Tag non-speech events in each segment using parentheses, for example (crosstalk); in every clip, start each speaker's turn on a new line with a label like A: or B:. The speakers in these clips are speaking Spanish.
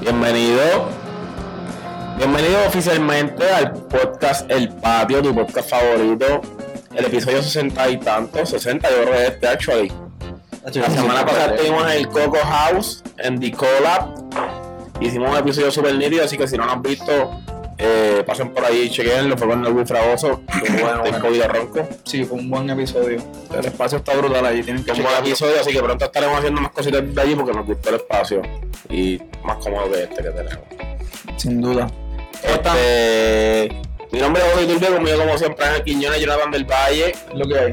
A: Bienvenido. Bienvenido oficialmente al podcast El Patio, tu podcast favorito. El episodio 60 y tanto, 60 yo creo que es este actually. La semana pasada estuvimos en el Coco House, en The Collab. Hicimos un episodio súper nítido, así que si no lo han visto, eh, pasen por ahí y chequenlo. Fue con el Luis Fragoso,
B: bueno,
A: del
B: bueno.
A: COVID Ronco.
B: Sí, fue un buen episodio. El espacio está brutal allí, tienen que
A: un buen episodio, así que pronto estaremos haciendo más cositas de allí porque nos gusta el espacio y más cómodo que este que tenemos.
B: Sin duda.
A: Este, mi nombre es Jorge Turbe, conmigo como siempre Ángel Quiñones, Jonathan del Valle.
B: Lo que hay.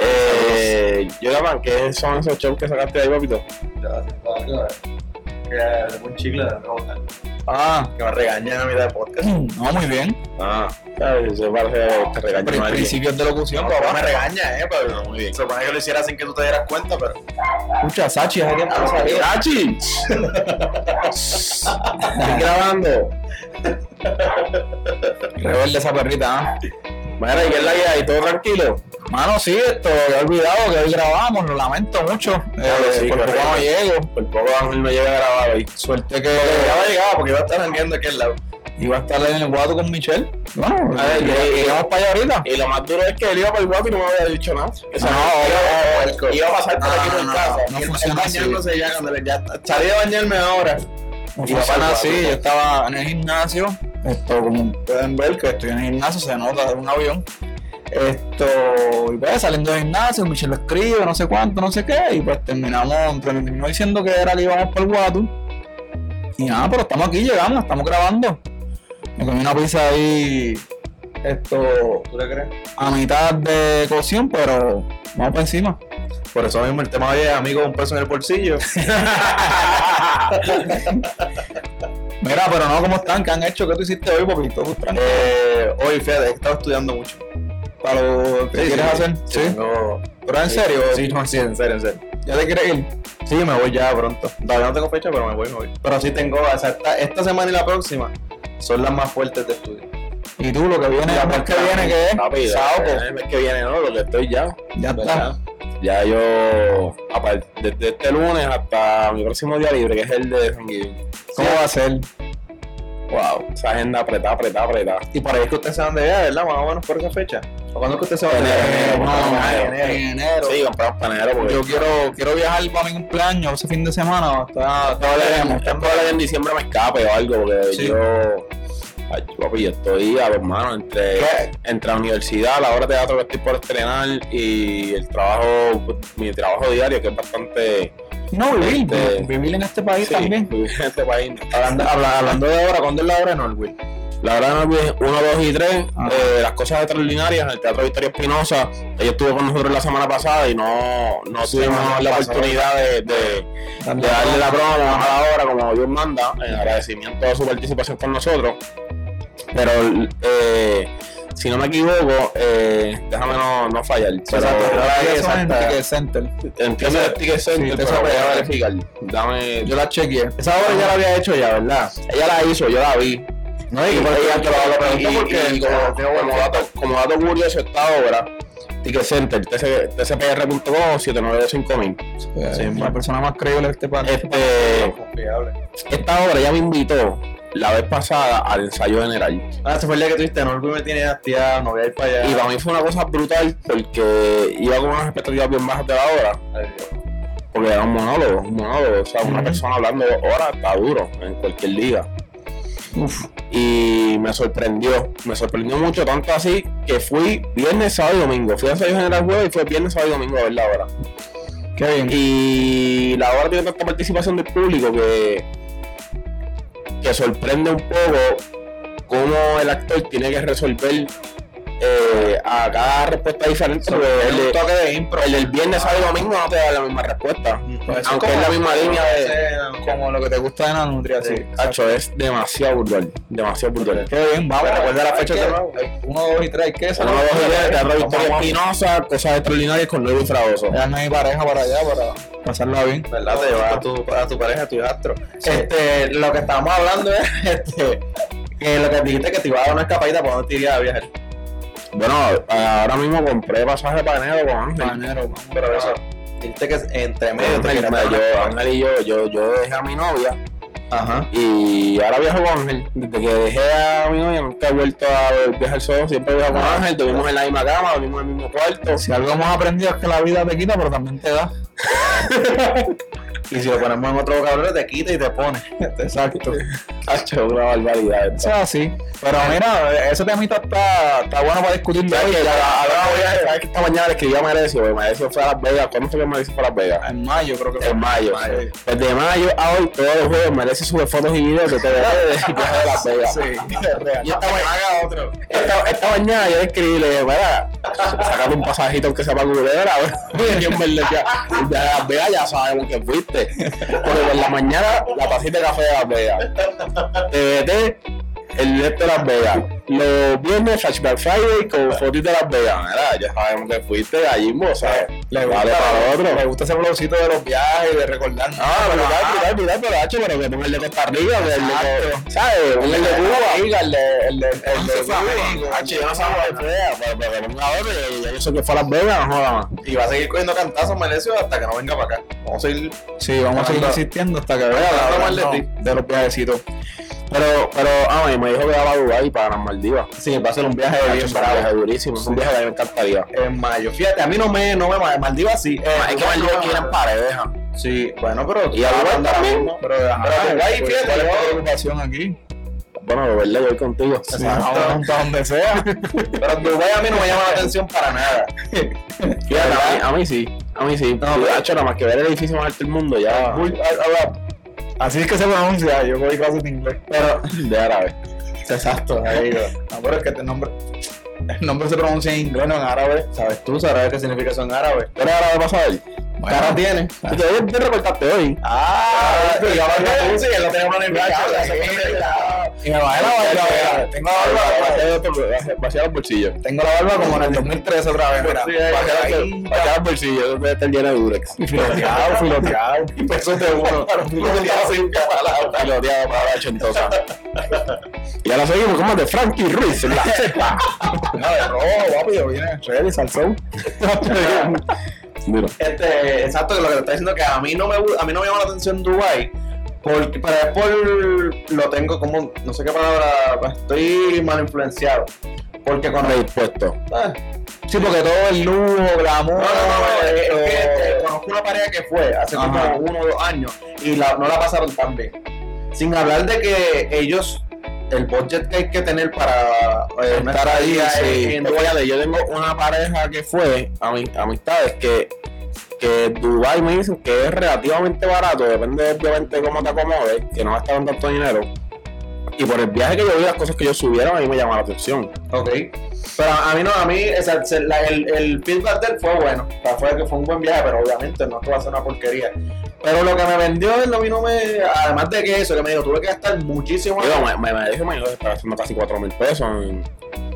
A: Eh, Jonathan, ¿qué son esos shows que sacaste de ahí, papito?
C: un chicle de roja.
B: Ah,
C: Que me regañan a mitad de podcast.
B: (clears throat) no, muy bien.
A: Ah, claro, se parece te regañó
B: Pri-
A: alguien.
B: Principios de locución,
C: No,
B: papá.
C: papá me regaña, eh, pero
A: Muy bien.
C: se supone que lo hiciera sin que tú te dieras cuenta, pero.
B: Escucha, Sachi, hace tiempo no sabía.
A: ¡Sachi! Estoy grabando.
B: Rebelde esa perrita, ¿ah?
A: Mira, ¿y qué es la que hay? ¿Todo tranquilo?
B: Mano, sí, esto, he olvidado que hoy grabamos, lo lamento mucho. Eh,
A: sí,
B: por poco
A: correcto.
B: no llego.
A: Por poco Ángel no llega grabado ahí.
B: Suerte
C: Ya va a
B: que
C: llegar, porque iba a estar vendiendo aquí al lado.
B: iba a estar en el guato con Michelle. Bueno,
A: A ver,
B: lleg-
A: que-
B: llegamos para allá ahorita.
A: Y lo más duro es que él iba para el guapo y no me había dicho nada. Esa
B: No,
A: noche iba, iba a pasar por
B: no,
A: aquí por
B: no, no,
A: casa.
B: no
C: Y el- el
B: funciona así.
C: bañándose ya cuando le- ya está- salí de bañarme ahora.
B: No
A: Y la
B: funciona
A: barba,
B: así,
A: ¿no?
B: yo estaba en el gimnasio, esto como pueden ver que estoy en el gimnasio, se nota de un avión. Esto, y pues saliendo del gimnasio, Michelle lo escribe, no sé cuánto, no sé qué, y pues terminamos, terminó diciendo que era que íbamos para el Guatu. Y nada, pero estamos aquí, llegamos, estamos grabando. Me comí una pizza ahí, esto,
C: ¿Tú le crees?
B: a mitad de cocción, pero vamos para encima.
C: Por eso mismo el tema de amigo un peso en
A: (laughs)
C: el bolsillo.
B: Mira, pero no, ¿cómo están? ¿Qué han hecho? ¿Qué tú hiciste hoy, poquito?
C: Eh, hoy, fíjate, he estado estudiando mucho.
B: para lo que
C: Sí,
B: quieres
C: sí,
B: hacer. Sí.
C: Tengo-
B: Pero en serio,
C: Sí, no, sí, en serio, en serio.
B: ya te quieres ir.
C: Sí, me voy ya pronto. Todavía no tengo fecha, pero me voy, me voy. Pero sí tengo, o sea, esta, esta semana y la próxima son las más fuertes de estudio.
B: Y tú, lo que viene, el mes que viene, que es
A: Rápido.
B: Saoco.
A: El mes que viene, ¿no? Lo que estoy ya.
B: Ya
A: ¿verdad?
B: está.
A: Ya yo, a par- desde este lunes hasta mi próximo día libre, que es el de San Giving.
B: ¿Cómo va a ser?
A: Wow, esa agenda apretada, apretada, apretada.
C: Y por ahí es que ustedes se van de viaje, ¿verdad? Más o menos por esa fecha. ¿O cuándo es que ustedes se van Ah, de
A: Enero,
C: viaje?
B: Eh,
A: no,
B: no,
A: enero.
B: en enero.
A: Sí, compramos panero porque
B: Yo quiero, quiero viajar para mi cumpleaños ese fin de semana. Está, está
A: probablemente es probable que en diciembre me escape o algo, porque
B: Sí.
A: yo, ay, papi, yo estoy a dos manos entre,
B: ¿Qué?
A: entre la universidad, la obra de teatro que estoy por estrenar y el trabajo, mi trabajo diario, que es bastante...
B: No, vivir.
A: Este-
B: Vivir en este país
A: sí,
B: también.
A: vivir (laughs) en este país.
C: Hablando, habla- hablando de ahora, ¿cuándo es la hora de Norwich?
A: La verdad, no es 1, 2 y 3,
B: Ah.
A: las cosas extraordinarias, en el Teatro Victoria Espinosa, ella estuvo con nosotros la semana pasada y no, no tuvimos
C: semana
A: la
C: pasada.
A: oportunidad de, de- de
B: También.
A: darle la promo a la hora como Dios manda, en agradecimiento a su participación con nosotros. Pero, eh, si no me equivoco, eh, déjame no, no fallar. Pero,
B: Exacto,
A: pero
B: las
A: ahí,
B: tías son en
A: exacta-
B: Ticket Center.
A: Empieza el ticket center,
B: Sí, te
A: pero
B: sabe,
A: voy a
B: ya.
A: verificar. Dame,
B: Yo la chequeé.
C: Esa obra ya la había hecho ya, ¿verdad?
A: ella la hizo, yo la vi.
C: No,
A: Y,
C: por
A: oigan, te lo hago pregunta
C: y-
A: porque
C: y-
A: como,
C: tengo buen
A: como dato, como dato curioso esta obra, Ticket Center, TC tcpr.com 795000.
B: Sí, la persona más creíble de este país.
A: Este,
C: confiable.
A: esta obra ya me invitó la vez pasada al ensayo general.
C: Ah, ese fue el día que tuviste, Norwich me tiene hastiado, no voy a ir para allá.
A: Y para mí fue una cosa brutal porque iba con unas expectativas bien bajas de la obra.
C: Ay, Dios.
A: Porque era un monólogo, un monólogo. O sea, una
B: Ujú.
A: persona hablando horas está duro en cualquier liga.
B: Uf,
A: y me sorprendió, me sorprendió mucho, tanto así que fui viernes, sábado y domingo. Fui a ensayo general jueves y fue viernes, sábado y domingo a ver la hora.
B: qué bien.
A: Y la hora tiene tanta participación del público que, que sorprende un poco cómo el actor tiene que resolver eh, a cada respuesta diferente. porque el,
C: Tiene un
A: de-
C: toque de impro.
A: el del viernes, sábado y domingo no te da la misma respuesta.
C: Eso
A: aunque
C: como-
A: es la misma línea de-
C: Sí,
B: Como lo que te gusta de la nutria, sí.
A: Hacho, es demasiado brutal, demasiado brutal.
B: Qué bien, vamos.
C: Me Ah, pues recuerda la fecha
B: Hay
C: de
B: que-
C: nuevo.
B: hay Uno, dos y tres, hay que
A: Una
B: salir.
A: voz de teatro Victoria Espinosa, cosas extraordinarias con Luis Fragoso.
B: Ya no hay pareja para allá para pasarla bien.
C: ¿Verdad? Te llevas a tu, a tu pareja, a tu hijastro. Este, lo que estábamos hablando es (laughs) este, que lo que dijiste que te iba a dar una escapadita para dónde te irías a viajar.
A: Bueno, ahora mismo compré pasaje para enero con Ángel.
B: Ah, Panero, vamos.
C: Pero eso, Ah, dijiste que entre medio te
A: Ángel,
C: quedaste
A: mira,
C: con-
A: yo, Ángel y yo, yo, yo dejé a mi novia
C: Ajá.
A: y ahora viajo con Ángel. Desde que dejé a mi novia nunca he vuelto a viajar solo, siempre viajo con
B: Ah,
A: Ángel, dormimos en la misma cama, dormimos en el mismo cuarto.
B: Si algo hemos aprendido es que la vida te quita, pero también te da.
C: Y si lo ponemos en otro vocabulario, te quita y te pone.
A: (laughs)
B: Exacto.
A: Ha hecho una barbaridad. esto.
B: Eso es así. Pero mira, ese temita está, está bueno para discutir de hoy.
A: ¿Sabes que, ahora- ahora voy a- sabes que esta mañana le escribí a Marecio? porque Marecio fue a Las Vegas. ¿Cuándo fue que Marecio fue a Las Vegas?
B: En mayo creo que fue.
A: En
B: (laughs)
A: mayo.
B: Mayo.
A: Desde mayo a hoy, todos los jueves, Marecio sube fotos y videos de TV
B: (laughs) pues,
A: de viaje a Las Vegas.
B: Sí,
A: Y esta, ma-
C: Haga otro.
A: esta- esta mañana yo le escribí, le dije, "Mira, sacame un pasajito aunque sea para Culebra. (laughs) Y en verdad ya, ya a Las Vegas ya sabemos que fuiste. Porque por la mañana, la tacita de café de Las Vegas. TVT, el directo de Las Vegas. Los viernes, Flashback Friday con fotos de Las Vegas. Mira, ya sabemos que fuiste allí mismo, ¿sabes?
B: Le gusta,
A: vale para otro.
B: le gusta ese blogcito de los viajes, de recordar.
A: Ah, pero
B: Ah,
A: mira, mira, mira, pero hacho, pero que tengo el de Costa Rica, que el de,
B: Exacto.
A: ¿sabes? El de Cuba, el de, el de, el de, el de
B: Entonces,
A: Cuba.
B: amigo,
A: Hacho, yo no sé lo que sea, pero- pero que ponga otro, yo- yo no sé qué fue a Las Vegas, no joda más.
C: Y va a seguir cogiendo cantazos, Malesio, hasta que no venga para acá. Vamos a ir.
B: Sí, vamos a seguir insistiendo hasta que vea
C: Hablando
B: la
C: mal de
B: no,
C: ti.
B: de los viajecitos.
A: Pero, pero, ah, y me dijo que va a Dubái para las Maldivas.
C: Sí, va a ser un viaje
A: Hacho,
C: bien
A: es un viaje
C: bravo.
A: durísimo, es un viaje que a mí me encantaría.
C: En mayo. Fíjate, a mí no me, no me Maldivas sí. Eh,
A: Es que
C: Dubái no
A: Maldivas
C: me-
A: quieren paredes, ¿ah?
C: Sí, bueno, pero.
A: Y a Dubái también.
C: Pero, ajá, pues, pero Dubái, fíjate,
B: Ah, pues, ¿cuál es
C: yo-
B: la preocupación aquí?
A: Bueno, de verdad, yo voy contigo.
B: Sí, Vamos juntos a donde sea.
C: Pero Dubái a mí no me llama la atención para nada.
A: Fíjate, a mí, a mí sí, a mí sí.
C: No,
A: Sí,
C: pero-
A: hacho, nada más que ver el edificio más alto del mundo, ya.
B: Uy, a- a- Así es que se pronuncia, yo voy clases de inglés.
A: (coughs)
C: Pero,
A: De árabe.
C: exacto, ahí va.
B: No, pero es que este nombre, el nombre se pronuncia en inglés, no en árabe.
C: ¿Sabes tú? ¿Sabes qué significa eso en árabe?
A: ¿Pero árabe vas a ver?
B: Cara tiene.
A: Tú te debes de recortarte hoy.
C: Ah,
B: sí,
C: ya va a sí, él lo tenemos en el
B: Cacho, la Y me bajé la barba, mira.
A: Ah,
B: Tengo la barba, mira.
A: Vaciar los bolsillos.
B: tengo la barba como en el 2013 otra vez, mira.
C: Sí, ahí,
B: Bajé la-
C: ahí.
A: Vaciar los bolsillos, eso debe estar lleno de durex. pues,
B: Filoteado, filoteado.
C: Peso de uno.
A: Filoteado sin palabras. Filoteado para la chentosa. Y ahora seguimos como de Frankie Ruiz en la (laughs) cepa.
B: No, de rojo, papi, yo vine ready, (laughs) salsón.
A: Mira.
C: Este, exacto, que lo que te está diciendo que a mí no me gu- a mí no me llama la atención Dubai porque pero es por lo tengo como no sé qué palabra, pues, estoy mal influenciado. Porque cuando
A: Predispuesto.
C: Ah,
B: Sí, porque todo el lujo, glamour.
C: no, no, no, es que, este,
B: eh,
C: conozco una pareja que fue hace
B: Ajá.
C: como uno o dos años y la- no la pasaron tan bien. Sin hablar de que ellos, el budget que hay que tener para eh, una
A: Estar allí,
C: estadía
A: sí.
C: en Dubái,
A: Fíjate, yo tengo una pareja que fue, ami- amistades, que, que Dubai me dicen que es relativamente barato, depende obviamente de cómo te acomodes, que no gastan tanto dinero. Y por el viaje que yo vi, las cosas que ellos subieron, a mí me llamó la atención.
C: Ok. Pero a mí no, a mí o sea, se- la- el, el feedback del fue bueno. O sea, fue que fue un buen viaje, pero obviamente no te va a hacer una porquería. Pero lo que me vendió él, a mí no me. Además de que eso, que me dijo, tuve que gastar muchísimo.
A: Digo, me, me, me dijo, me dijo que estaba haciendo casi 4 mil pesos en,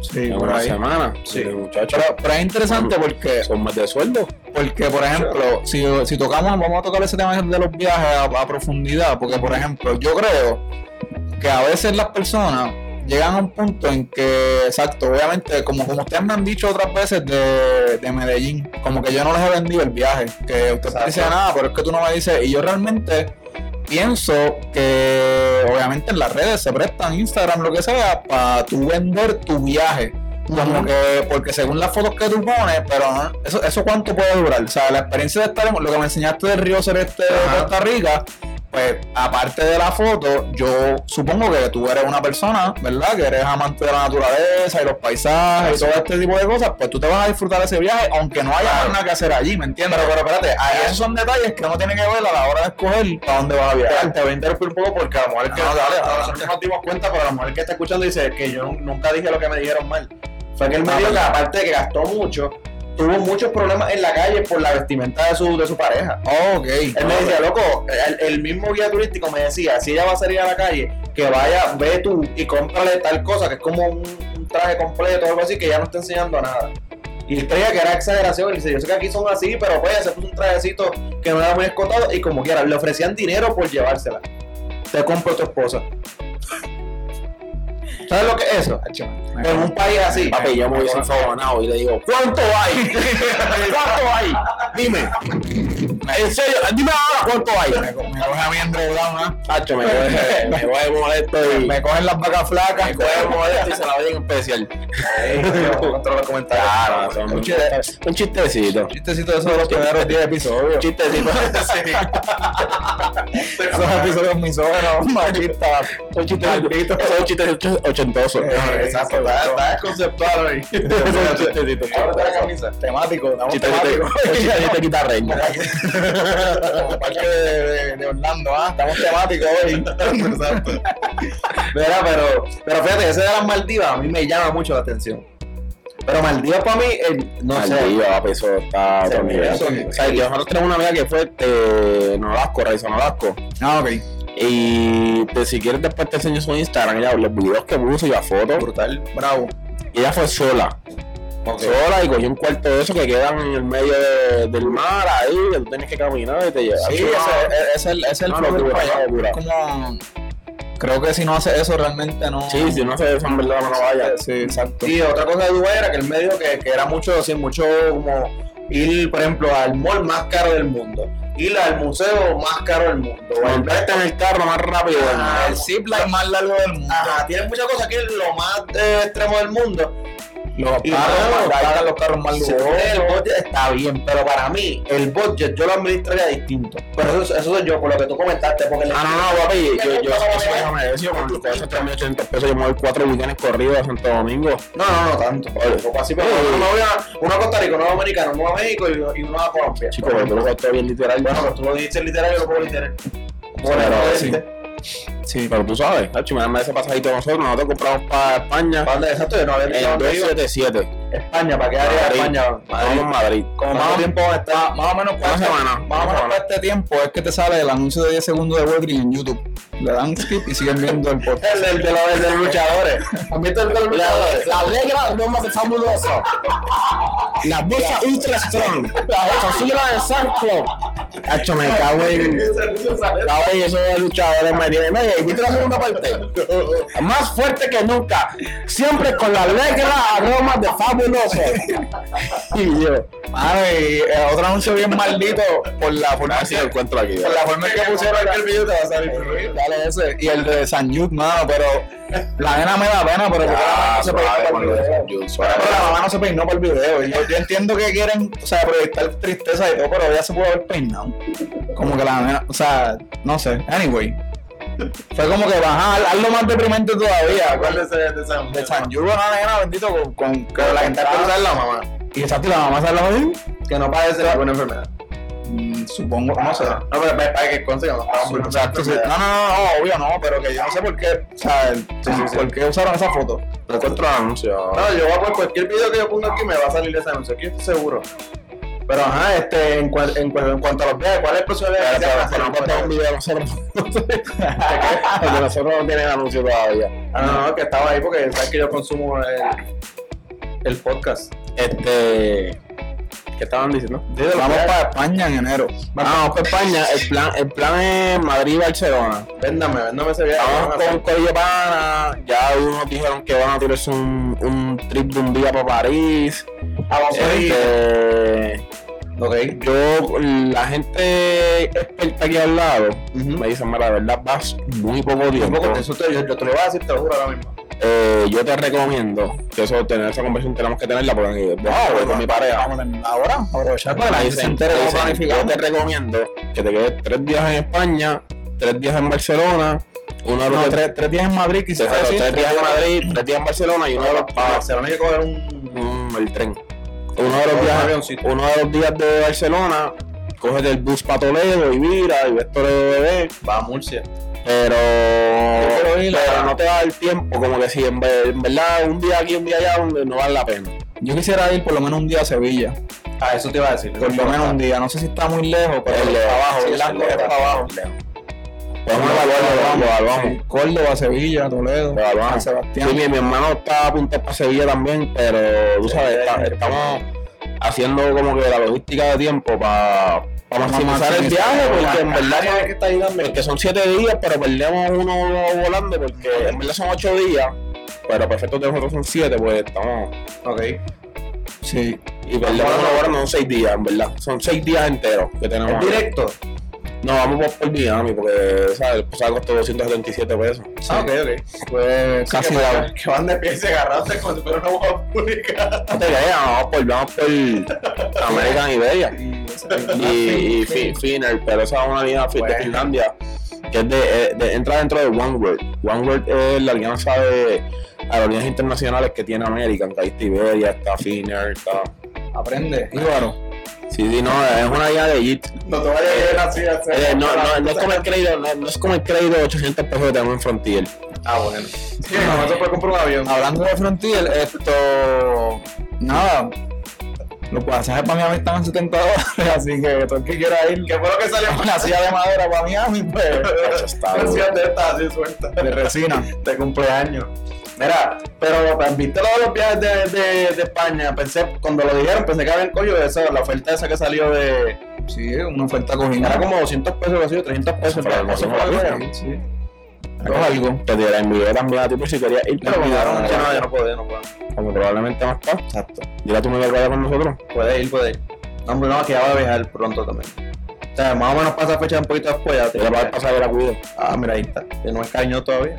B: Sí,
A: en
B: por
A: una
B: ahí.
A: semana.
C: Sí.
A: Y, muchacho, eh,
B: Pero, pero es interesante porque,
A: son más de sueldo.
B: porque por ejemplo, si, si tocamos, vamos a tocar ese tema de los viajes a, a profundidad, porque por ejemplo, yo creo que a veces las personas llegan a un punto en que, exacto, obviamente, como, como ustedes me han dicho otras veces de, de Medellín, como que yo no les he vendido el viaje, que usted me
C: Exacto.
B: dice nada, pero es que tú no me dices, y yo realmente pienso que obviamente en las redes se prestan Instagram, lo que sea, para tú vender tu viaje. Como
C: Ujú.
B: que, porque según las fotos que tú pones, pero no- eso, eso cuánto puede durar. O sea, la experiencia de estar en lo que me enseñaste del Río Celeste de
C: Ajá.
B: Costa Rica, pues aparte de la foto, yo supongo que tú eres una persona, ¿verdad? Que eres amante de la naturaleza y los paisajes y todo este tipo de cosas, pues tú te vas a disfrutar ese viaje, aunque no haya más nada que hacer allí, ¿me entiendes? Pero, espérate, esos son detalles que uno tiene que ver a la hora de escoger para dónde vas a
C: Te,
B: viajar.
C: te voy a interrumpir un poco porque a lo mejor que
B: No, dale,
C: a lo mejor
B: adelante.
C: nos dimos cuenta, pero a lo mejor que está escuchando dice que yo nun- nunca dije lo que me dijeron mal. Fue que él me
B: Ah,
C: dijo que
B: perdón.
C: aparte de que gastó mucho, tuvo muchos problemas en la calle por la vestimenta de su, de su pareja.
B: Oh, ok.
C: Él me decía, loco, el, el mismo guía turístico me decía, si ella va a salir a la calle, que vaya, ve tú y cómprale tal cosa, que es como un, un traje completo o algo así, que ya no está enseñando nada. Y él creía que era exageración, y dice, yo sé que aquí son así, pero pues se puso un trajecito que no era muy escotado, y como quiera, le ofrecían dinero por llevársela. Te compro tu esposa. (laughs) ¿Sabes lo que es eso? En un país así.
B: (laughs)
A: Papi, yo me hubiese enfogonado y le digo, (laughs) ¿cuánto hay? ¿Cuánto hay? Dime.
C: (laughs)
A: En serio, dime ahora cuánto hay.
B: Me, co- me coge a mí André Brown, ¿ah?
A: Hacho, me coge, me coge molesto y.
B: Me cogen las vacas flacas.
A: Me coge molesto y se la doy en especial.
C: Contra los comentarios.
A: Claro, son-
B: Un chiste-
A: un chistecito.
B: Chistecito de eso de los primeros 10
A: Un
B: episodios.
A: chistecito.
B: (laughs) Esos
C: (laughs)
B: episodios misógenos, machistas.
A: Un chistecito. Un chistecito ochentoso.
B: Eh,
C: Exacto, está está conceptual hoy.
A: Un chistecito.
C: Ahora la camisa.
B: Temático, estamos
A: Chistecito
B: temáticos.
A: chistecito guitarreño.
B: Como parque de, de- de Orlando, ¿ah? Estamos temáticos (laughs) hoy.
C: Exacto. Mira, pero, pero fíjate, ese de las Maldivas a mí me llama mucho la atención. Pero Maldivas para mí, eh, no sé.
A: Maldivas, papi, eso está a
C: Sí,
A: otro nivel.
C: eso es-
A: O sea, yo- nosotros tenemos una amiga que fue este, Nolasco, Raiza Nolasco.
B: Ah, ok.
A: Y pues, si quieres después te enseño su Instagram, ella, los videos que puso y las fotos.
C: Brutal.
B: Bravo.
A: Y ella fue sola. Sola y cogió un cuarto de esos que quedan en el medio de- del mar ahí, que tú tienes que caminar y te llevas.
B: Sí, ese, ese es el, ese es el
A: No,
B: flow
A: locura,
B: para allá.
A: locura.
B: Como- Creo que si no hace eso realmente no.
A: Sí, si no se en verdad no vaya.
B: Sí, exacto.
C: Y otra cosa de Dubái era que él me dijo que, que era mucho, así, mucho como ir, por ejemplo, al mall más caro del mundo, ir al museo más caro del mundo. o al-
A: Montarte en el carro más rápido.
B: Ah, el
A: ¿no?
B: zip line más largo del mundo.
C: Ajá, tienen muchas cosas que es lo más eh, extremo del mundo.
B: Los
C: Y
B: carros,
C: luego,
B: los carros, los carros más
C: Sí,
B: lujosos.
C: el budget está bien, pero para mí el budget yo lo administraría distinto. Pero eso, eso soy yo, por lo que tú comentaste, porque
A: Ah, no, no, papi, yo, yo, eso déjame decir, con los 3.800 pesos yo me voy cuatro weekends corridos a Santo Domingo.
C: No, no, no tanto. Tampoco así, pero
A: Oye.
C: uno, a, uno a Costa Rica, uno a Dominicana, uno a México y, uno- y uno a Colombia.
A: Chico, pero tú lo sabes todo bien literal.
C: Bueno, pues tú lo dijiste literal, yo lo puedo literal. Bueno,
A: Pero,
C: no,
A: sí.
C: este-
A: Sí, pero tú sabes, Nacho, me dan ese pasadito nosotros, nosotros compramos para España
C: Banda, exacto, yo no había
A: en
C: dicho dónde iba.
A: 277.
C: España, ¿para qué área de
A: Madrid. Ah.
C: España?
A: Vamos a Madrid.
B: Como
C: ¿Cuánto
B: más,
C: tiempo va a estar?
B: más o menos para
A: Una
B: este-
A: semana,
B: más
A: una
B: o menos
A: semana.
B: para este tiempo es que te sale el anuncio de 10 segundos de Walgreens en YouTube. Le dan skip y siguen viendo el podcast.
C: El, el de los, el de los
A: (laughs)
C: luchadores. ¿Han visto el de los luchadores? (laughs)
A: regla no más fabulosa. La bolsa ultra strong. La cosilla de San Club. Nacho, me cago en. Cago en esos luchadores me tienen. Oye, ¿viste la segunda parte? Más fuerte que nunca. Siempre con la regla aroma de fabuloso. Y yo.
B: Ay, eh, otro anuncio bien maldito por la forma,
A: Así lo encuentro aquí.
B: por la forma en que pusieron el
C: video te va a
B: Eh, Dale ese. Y el de San Jude, mano, pero la nena me da pena, pero porque la mamá no se peinó para el video. Pero la mamá no se peinó para el video. Yo, yo entiendo que quieren, o sea, proyectar tristeza y todo, pero ella se pudo haber peinado. Como que la nena, o sea, no sé. Anyway. Fue como que bajar, algo más deprimente todavía.
C: ¿Cuál es el de San
B: De San Jude, una nena, bendito, con, con, con la gente
C: es la mamá.
B: Y exacto, y la mamá se la jodió.
C: Que no padece ninguna enfermedad.
B: Mm, Supongo, no sé.
C: No, pero para, para que consigan los
B: Sí, Exacto, sí. No, no, no, no, obvio no, pero que yo no sé por qué, o sea, el- por qué usaron esa foto.
A: No encuentro el anuncio. ahora.
C: No, yo voy a poner cualquier video que yo ponga aquí me va a salir ese anuncio, aquí estoy seguro. Pero ajá, este, en, cuan- en, cuan- en cuanto a los viajes, ¿cuál es el próximo viaje?
A: Pero,
C: que se
A: pero,
C: hace? Pues,
A: pero no contamos un video de nosotros. (laughs) El de nosotros no tiene anuncio todavía.
C: Ah, no, no, que estaba ahí porque sabes que yo consumo el, el podcast.
A: Este. ¿Qué estaban diciendo?
B: Vamos para España en enero.
A: Vamos para España. El plan, el plan es Madrid-Barcelona.
C: Véndame, véndame ese viaje.
A: Vamos
C: Vamos a
A: con
C: hacer.
A: Corillo Pana. Ya unos dijeron que van a tirarse un, un trip de un día para París.
C: Ah, vamos a ir.
A: Este,
C: Ok.
A: yo, la gente experta aquí al lado
C: Ujú.
A: me dicen, mira, la verdad vas muy poco tiempo.
C: Tampoco te insulto, yo, yo te lo voy a decir, te lo juro ahora mismo.
A: Eh, yo te recomiendo que eso, tener esa conversación tenemos que tenerla porque
B: Ah,
A: voy con mi pareja.
B: Ahora, aprovechar para que la
A: Me
B: gente se
A: dicen,
B: entere cómo
A: dicen, yo
B: planificamos.
A: te recomiendo que te quedes tres días en España, tres días en Barcelona, uno de los
B: No, tres, tres días en Madrid, quizás.
A: Exacto,
B: sí,
A: tres días en Madrid, tres días en Barcelona y uno de los
C: Para
A: ah,
C: Barcelona hay que coger un.
A: mm, el tren. Uno de los
C: Un
A: días,
C: avioncito.
A: uno de los días de Barcelona, coges el bus para Toledo y mira, y ves Toledo bebé,
C: Va a Murcia.
A: pero,
B: quiero ir,
A: pero
B: ah.
A: no te da el tiempo, como que si en, ve- en verdad un día aquí, un día allá, donde no vale la pena.
B: Yo quisiera ir por lo menos un día a Sevilla.
C: Ah, eso te iba a decir.
B: Por lo menos un día. No sé si está muy lejos, pero
A: Es lejos,
B: está abajo.
A: sí,
B: ¿verdad?
A: es lejos,
B: Córdoba está abajo.
A: Pues Vamos a evaluarlo, lo evaluamos.
B: Sí, Córdoba, Sevilla, Toledo,
A: Lo evaluamos.
B: San
A: Sí,
B: Sebastián.
A: mi, mi hermano está apuntado para Sevilla también, pero tú sabes, está- estamos haciendo como que la logística de tiempo para maximizar el
B: maximizar,
A: viaje, porque en
C: Las Canarias
A: verdad
C: es que está ayudando.
A: porque son siete días, pero perdemos uno volando, porque en verdad son ocho días, pero perfecto de nosotros son siete, pues estamos.
C: Ok.
B: Sí.
A: Y perdemos
C: Bueno.
A: una hora, no seis días, en verdad. Son seis días enteros que tenemos.
C: ¿Es
A: ahí.
C: directo?
A: No, vamos por, por Miami, porque, ¿sabes? El pasaje costó 277 pesos.
C: Ah, ok, ok. Pues,
B: Fue
C: Sí,
B: casi
C: que,
B: la.
C: que van de pies agarrados como si fuera una bomba pública.
A: No te creas, vamos por, vamos por American Iberia. Y,
B: (laughs)
A: y Fi- Finnair, pero esa es una línea fi- de
C: Bueno.
A: Finlandia que es de, eh, de- entra dentro de OneWorld. OneWorld es la alianza de aerolíneas internacionales que tiene American, que ahí está Iberia, está Finnair, está...
B: Aprende. Y bueno.
A: Sí, sí, no, es una línea de JIT.
C: No te vayas a ir así. a hacer-
A: Eh, no, no, no es como el crédito, no, no es como el crédito de 800 pesos que tenemos en Frontier.
C: Ah, bueno. Sí, no, no se puede comprar un avión.
B: Hablando de Frontier, esto. Nada. Los pasajes para Miami están en 70 dólares, (laughs) así que todo el que quiera ir.
C: ¿Qué fue lo que (laughs) salió?
B: con Una silla de madera para Miami, pues.
A: Eso está
C: Una
A: duro.
C: silla de estas así suelta.
B: De resina.
C: de cumpleaños. Mira, pero pues, viste lo de los viajes de, de, de España. Pensé, cuando lo dijeron, pensé que habían cogido eso, la oferta esa que salió de.
B: Sí, una oferta
C: Era
B: cogida.
C: como 200 pesos, así, 300 pesos.
A: Eso fue algo,
C: Eso fue
A: ¿no?
C: algo, ¿no?
B: Sí.
A: Algo es algo. Te diré, envié también a ti por si querías ir,
C: Pero
A: pero
C: me
A: mira,
C: dijeron,
A: no,
C: "Che, no,
A: no,
C: yo
A: no,
C: no puedo, yo no puedo.
A: como probablemente no está.
C: Exacto.
A: Dile a tu amigo que vaya con nosotros.
C: Puede ir, puede ir. No, hombre, no, que ya va a viajar pronto también. O sea, más o menos pasa fecha un poquito después. Ya te-
A: Dile para el pasajero a cuido.
C: Ah, mira, ahí está. Que no es cariño todavía.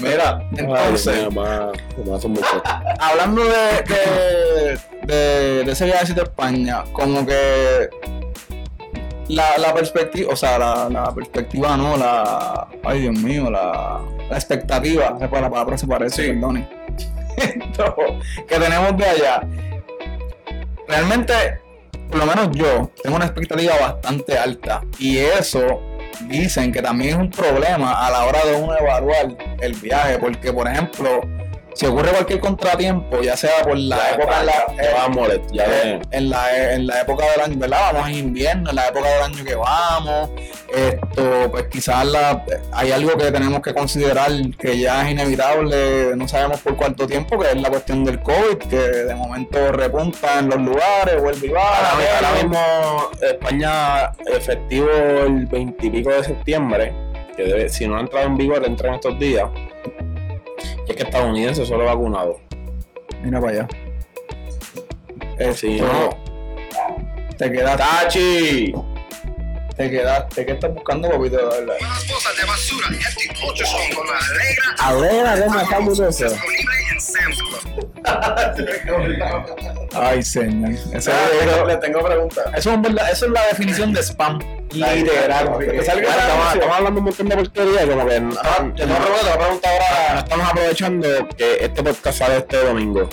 B: Mira, entonces.
A: Ay, mira, va- va a ser muy fuerte.
B: hablando de, de, de, de ese viaje a España, como que la, la perspectiva, o sea, la, la perspectiva, no, la, ay Dios mío, la, la expectativa, esa pa- la palabra se parece,
C: Sí.
B: perdone, (laughs) Esto, que tenemos de allá. Realmente, por lo menos yo, tengo una expectativa bastante alta y eso dicen que también es un problema a la hora de uno evaluar el viaje, porque por ejemplo, si ocurre cualquier contratiempo, ya sea por la
A: Ya,
B: época en la,
A: Ya va, Moret, ya ve.
B: eh, en la, en la época del año, ¿verdad? Vamos en invierno, en la época del año que vamos, esto, pues quizás la, hay algo que tenemos que considerar que ya es inevitable, no sabemos por cuánto tiempo, que es la cuestión del COVID, que de momento repunta en los lugares, vuelve y va.
A: Ahora, mi- ahora
B: vuelve.
A: mismo España efectivo el 20 y pico de septiembre, que debe- si no ha entrado en vigor, entra en estos días. Y es que estadounidenses solo vacunados.
B: Mira para allá.
A: Sí, Eh,
B: Esto,
A: no.
B: Te quedaste,
A: ¡Tachi!
B: te quedaste, ¿qué estás buscando, papito? De verdad?
D: Más bolsas de basura y anticuchos son con la alegra
A: A ver, a ver, matamos eso.
D: disponible en Sam's Club.
B: Ay, señor. Eso,
C: Le tengo- le tengo preguntas.
B: eso es verdad- eso es la definición de spam.
A: eh,
C: Literal, porque
A: Ahora,
C: salga el
A: Estamos,
C: anuncio.
A: estamos hablando un montón de porquería, y como que no,
C: Ah, Te tengo preguntas, te voy a preguntar
A: ahora no
C: ahora.
A: estamos aprovechando que este podcast sale este domingo.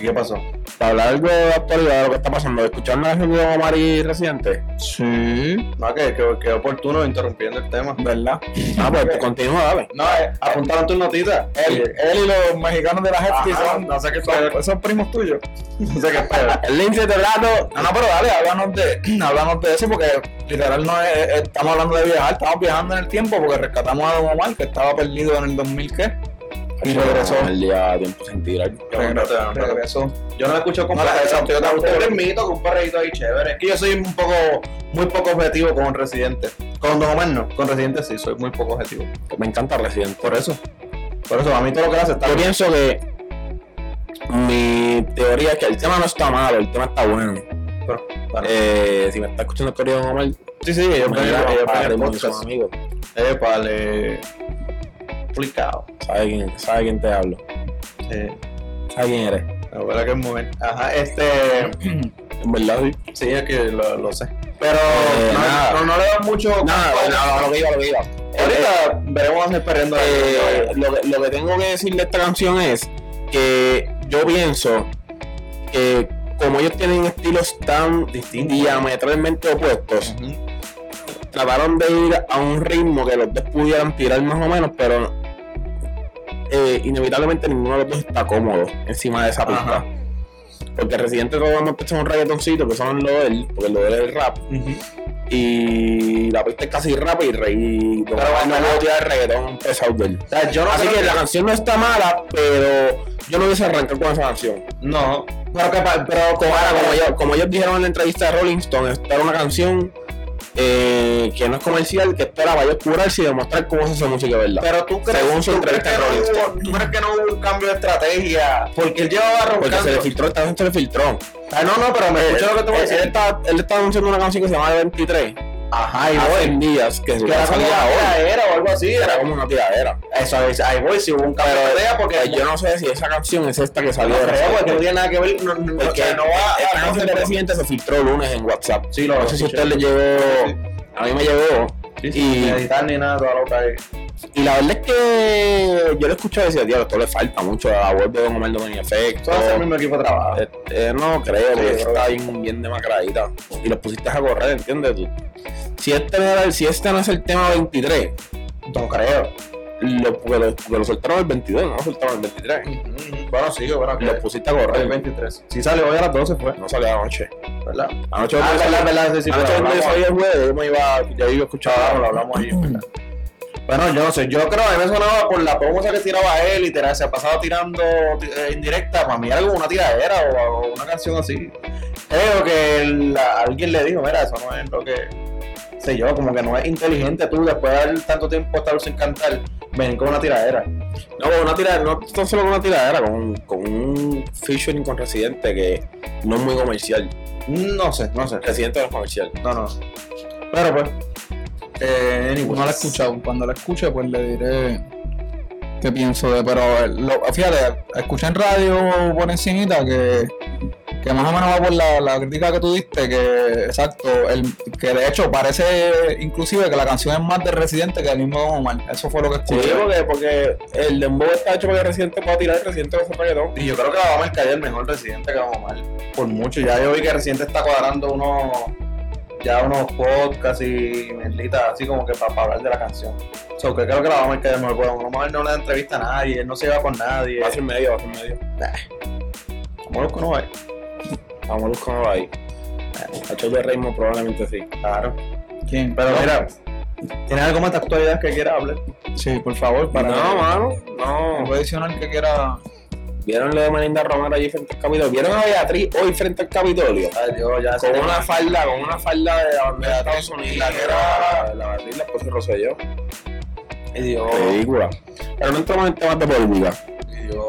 C: ¿Qué pasó?
A: Para hablar algo de actualidad, de lo que está pasando, escucharon la reunión de Mari reciente.
B: Sí,
C: No, que, que, que oportuno interrumpiendo el tema.
B: ¿verdad?
A: Ah, pues continúa, dale.
C: No, eh, apuntaron tus notitas.
B: Él, él y los mexicanos de la Hefty
C: Ajá,
B: son,
C: Ah, no sé qué
B: son-
C: peor.
B: son primos
C: (laughs)
B: tuyos.
C: No sé qué es peor.
A: El lince de rato.
B: No, no, pero dale, háblanos de, háblanos de eso porque literal no es- es- estamos hablando de viajar, estamos viajando en el tiempo porque rescatamos a Don Omar que estaba perdido en el 2000 qué y regresó.
A: El día tiempo sin tirar.
B: Regresó. regresó.
C: Yo no escucho con
B: No, la- esa-
C: Yo
B: la-
C: te permito que un perrito ahí chévere. Es que yo soy un poco, muy poco objetivo con residente. Con Don Omar no. Con residente sí, soy muy poco objetivo.
A: Me encanta Resident.
C: Por eso. Por eso, a mí todo lo que hace está
A: Yo pienso que mi teoría es que el tema no está malo, el tema está bueno.
C: Pero, bueno.
A: Eh, si me está escuchando el corrido Omar,
C: sí, sí, ellos ven
A: mañana,
C: ellos ven
A: padre,
C: el
A: muy buen
C: podcast.
A: amigo.
C: Eh, vale. Complicado.
A: Sabe quién, sabe quién te hablo.
C: Eh,
A: Sabe quién eres.
C: la verdad que es muy bien. Ajá, este.
A: En verdad, sí.
C: Sí, es que lo, lo sé. Pero
A: Eh,
C: no,
A: nada.
C: no, no le da mucho.
A: Nada, nada, lo que iba, lo que iba.
C: Ahorita veremos hacer perdiendo
A: Eh, lo, que- lo que tengo que decir de esta canción es que yo pienso que como ellos tienen estilos tan
C: Distintos.
A: diametralmente opuestos, trataron de ir a un ritmo que los dos pudieran tirar más o menos, pero eh, inevitablemente ninguno de los dos está cómodo encima de esa pista.
C: Ajá.
A: Porque Residente todo vamos a un reggaetoncito, que son lo de él, porque lo de él es el rap. Y la pista es casi rap y rey. Y
C: Pero
A: no
C: bueno.
A: puedo tirar el reggaetón pesado de él.
C: O sea, yo no
A: Así
C: creo
A: que la canción no está mala, pero yo no hubiese arrancado con esa canción.
C: No, pero, que, pa- pero
A: Ahora, como ellos, como ellos dijeron en la entrevista de Rolling Stone, esta era una canción eh, que no es comercial, que esperaba yo curarse y demostrar cómo se hace música, de ¿verdad?
C: Pero tú crees,
A: Según su
C: tú crees
A: entrevista en
C: que
A: Rolling
C: no hubo,
A: Stone.
C: tú crees que no hubo un cambio de estrategia. Porque él llevaba
A: Porque se le
C: roncando.
A: filtró, esta vez se le filtró.
C: Ah, no, no, pero me escucho lo que te voy a
A: Él, él
C: decir.
A: está, él está anunciando una canción que se llama 23.
C: Ajá, y
A: Hace
C: voy.
A: días que se
C: Que era
A: va a
C: como
A: salir
C: una
A: ahora.
C: tiradera o algo así.
A: Era
C: Era
A: como una tiradera.
C: Eso es, ahí voy, si hubo un cambio de estrategia, porque
A: Pues yo no sé si esa canción es esta que salió
C: no
A: ahora.
C: creo, porque no tiene nada que ver. No, no, o
A: Porque
C: sea, no va
A: esta
C: a.
A: canción del
C: no-
A: presidente se filtró el lunes en WhatsApp.
C: Sí, lo
A: no sé si a
C: escuché.
A: usted le llegó. A mí me llegó.
C: Sí, sí,
A: y-
C: Ni editar ni nada, toda loca ahí.
A: Y la verdad es que yo lo escuché y decía, diablo, esto le falta mucho a la voz de Don Omar Domini Efecto.
C: Todo es el mismo equipo de trabajo.
A: Este, no creo, porque
C: yo creo
A: está bien, bien demacradita. Y los pusiste a correr, ¿entiendes tú? Si este, no era el- si este no es el tema 23,
C: No creo.
A: lo, porque lo, porque lo soltaron el 22, no lo soltaron el 23.
C: Bueno, sí, bueno,
A: Lo
C: que
A: pusiste a correr.
C: el 23. Si sale hoy a las 12 fue,
A: No salió anoche.
C: ¿verdad?
A: Anoche
C: Ah,
A: cuando yo
C: verdad,
A: salí-
C: verdad, sí,
A: anoche
C: sí, pero
A: cuando yo
C: hablamos
A: salí el jueves, yo me iba, ya iba a escuchar
C: Ahora lo hablamos ahí, ¿verdad? Bueno, yo no sé, yo creo que me sonaba por la promo esa que tiraba él y te- se ha pasado tirando eh, indirecta. Para mí era como una tiradera o, o una canción así. Creo que el- la- alguien le dijo, mira, eso no es lo que. Sé yo, como que no es inteligente tú después de dar tanto tiempo estar sin cantar, venir con una tiradera.
A: No, con una tiradera, no tan solo con una tiradera, con, con un featuring con Residente que no es muy comercial.
C: No sé, no sé.
A: Residente no es comercial.
C: No, no. Pero pues. Eh,
B: No
C: anyway.
B: la he escuchado. Cuando la escuche, pues le diré qué pienso de. Pero eh, lo- fíjate, escuché en radio por encimita que, que más o menos va por la, la crítica que tú diste, que exacto, el, que de hecho parece inclusive que la canción es más de Residente que del mismo Don Omar. Eso fue lo que
A: Sí,
B: escuché.
A: porque, porque el dembow está hecho porque Residente pueda tirar el Residente va a hacer reggaetón.
C: Y yo creo que la vamos a caer el mejor residente que vamos mal. Por mucho. Ya yo vi que residente está cuadrando unos. Ya unos podcasts y merlitas así como que para, hablar de la canción. O sea, que creo que la vamos a caer mejor. Bueno, Don Omar no le da entrevista a nadie, él no se va con nadie.
A: Va a ser medio, va a ser medio.
C: Como los conoce.
A: Vamos a buscarlo ahí. Ha hecho de Raymond probablemente sí.
C: Claro.
B: ¿Quién?
C: Pero mira, ¿tienes algo más de actualidad que quieras hablar?
B: Sí, por favor, para.
A: no, mano,
B: no
A: no.
B: puede adicionar que quiera.
A: Vieron lo de Melinda Romero allí frente al Capitolio. Vieron a Beatriz hoy frente al Capitolio.
C: Ay, Dios, ya
A: Con
C: se-
A: una falda, con una falda de la bandera de Estados Unidos.
C: la que era-
A: la Beatriz la puso Rosselló.
C: Ay, Dios.
A: Ridícula. Pero no entramos en temas de política.
C: Ay, Dios.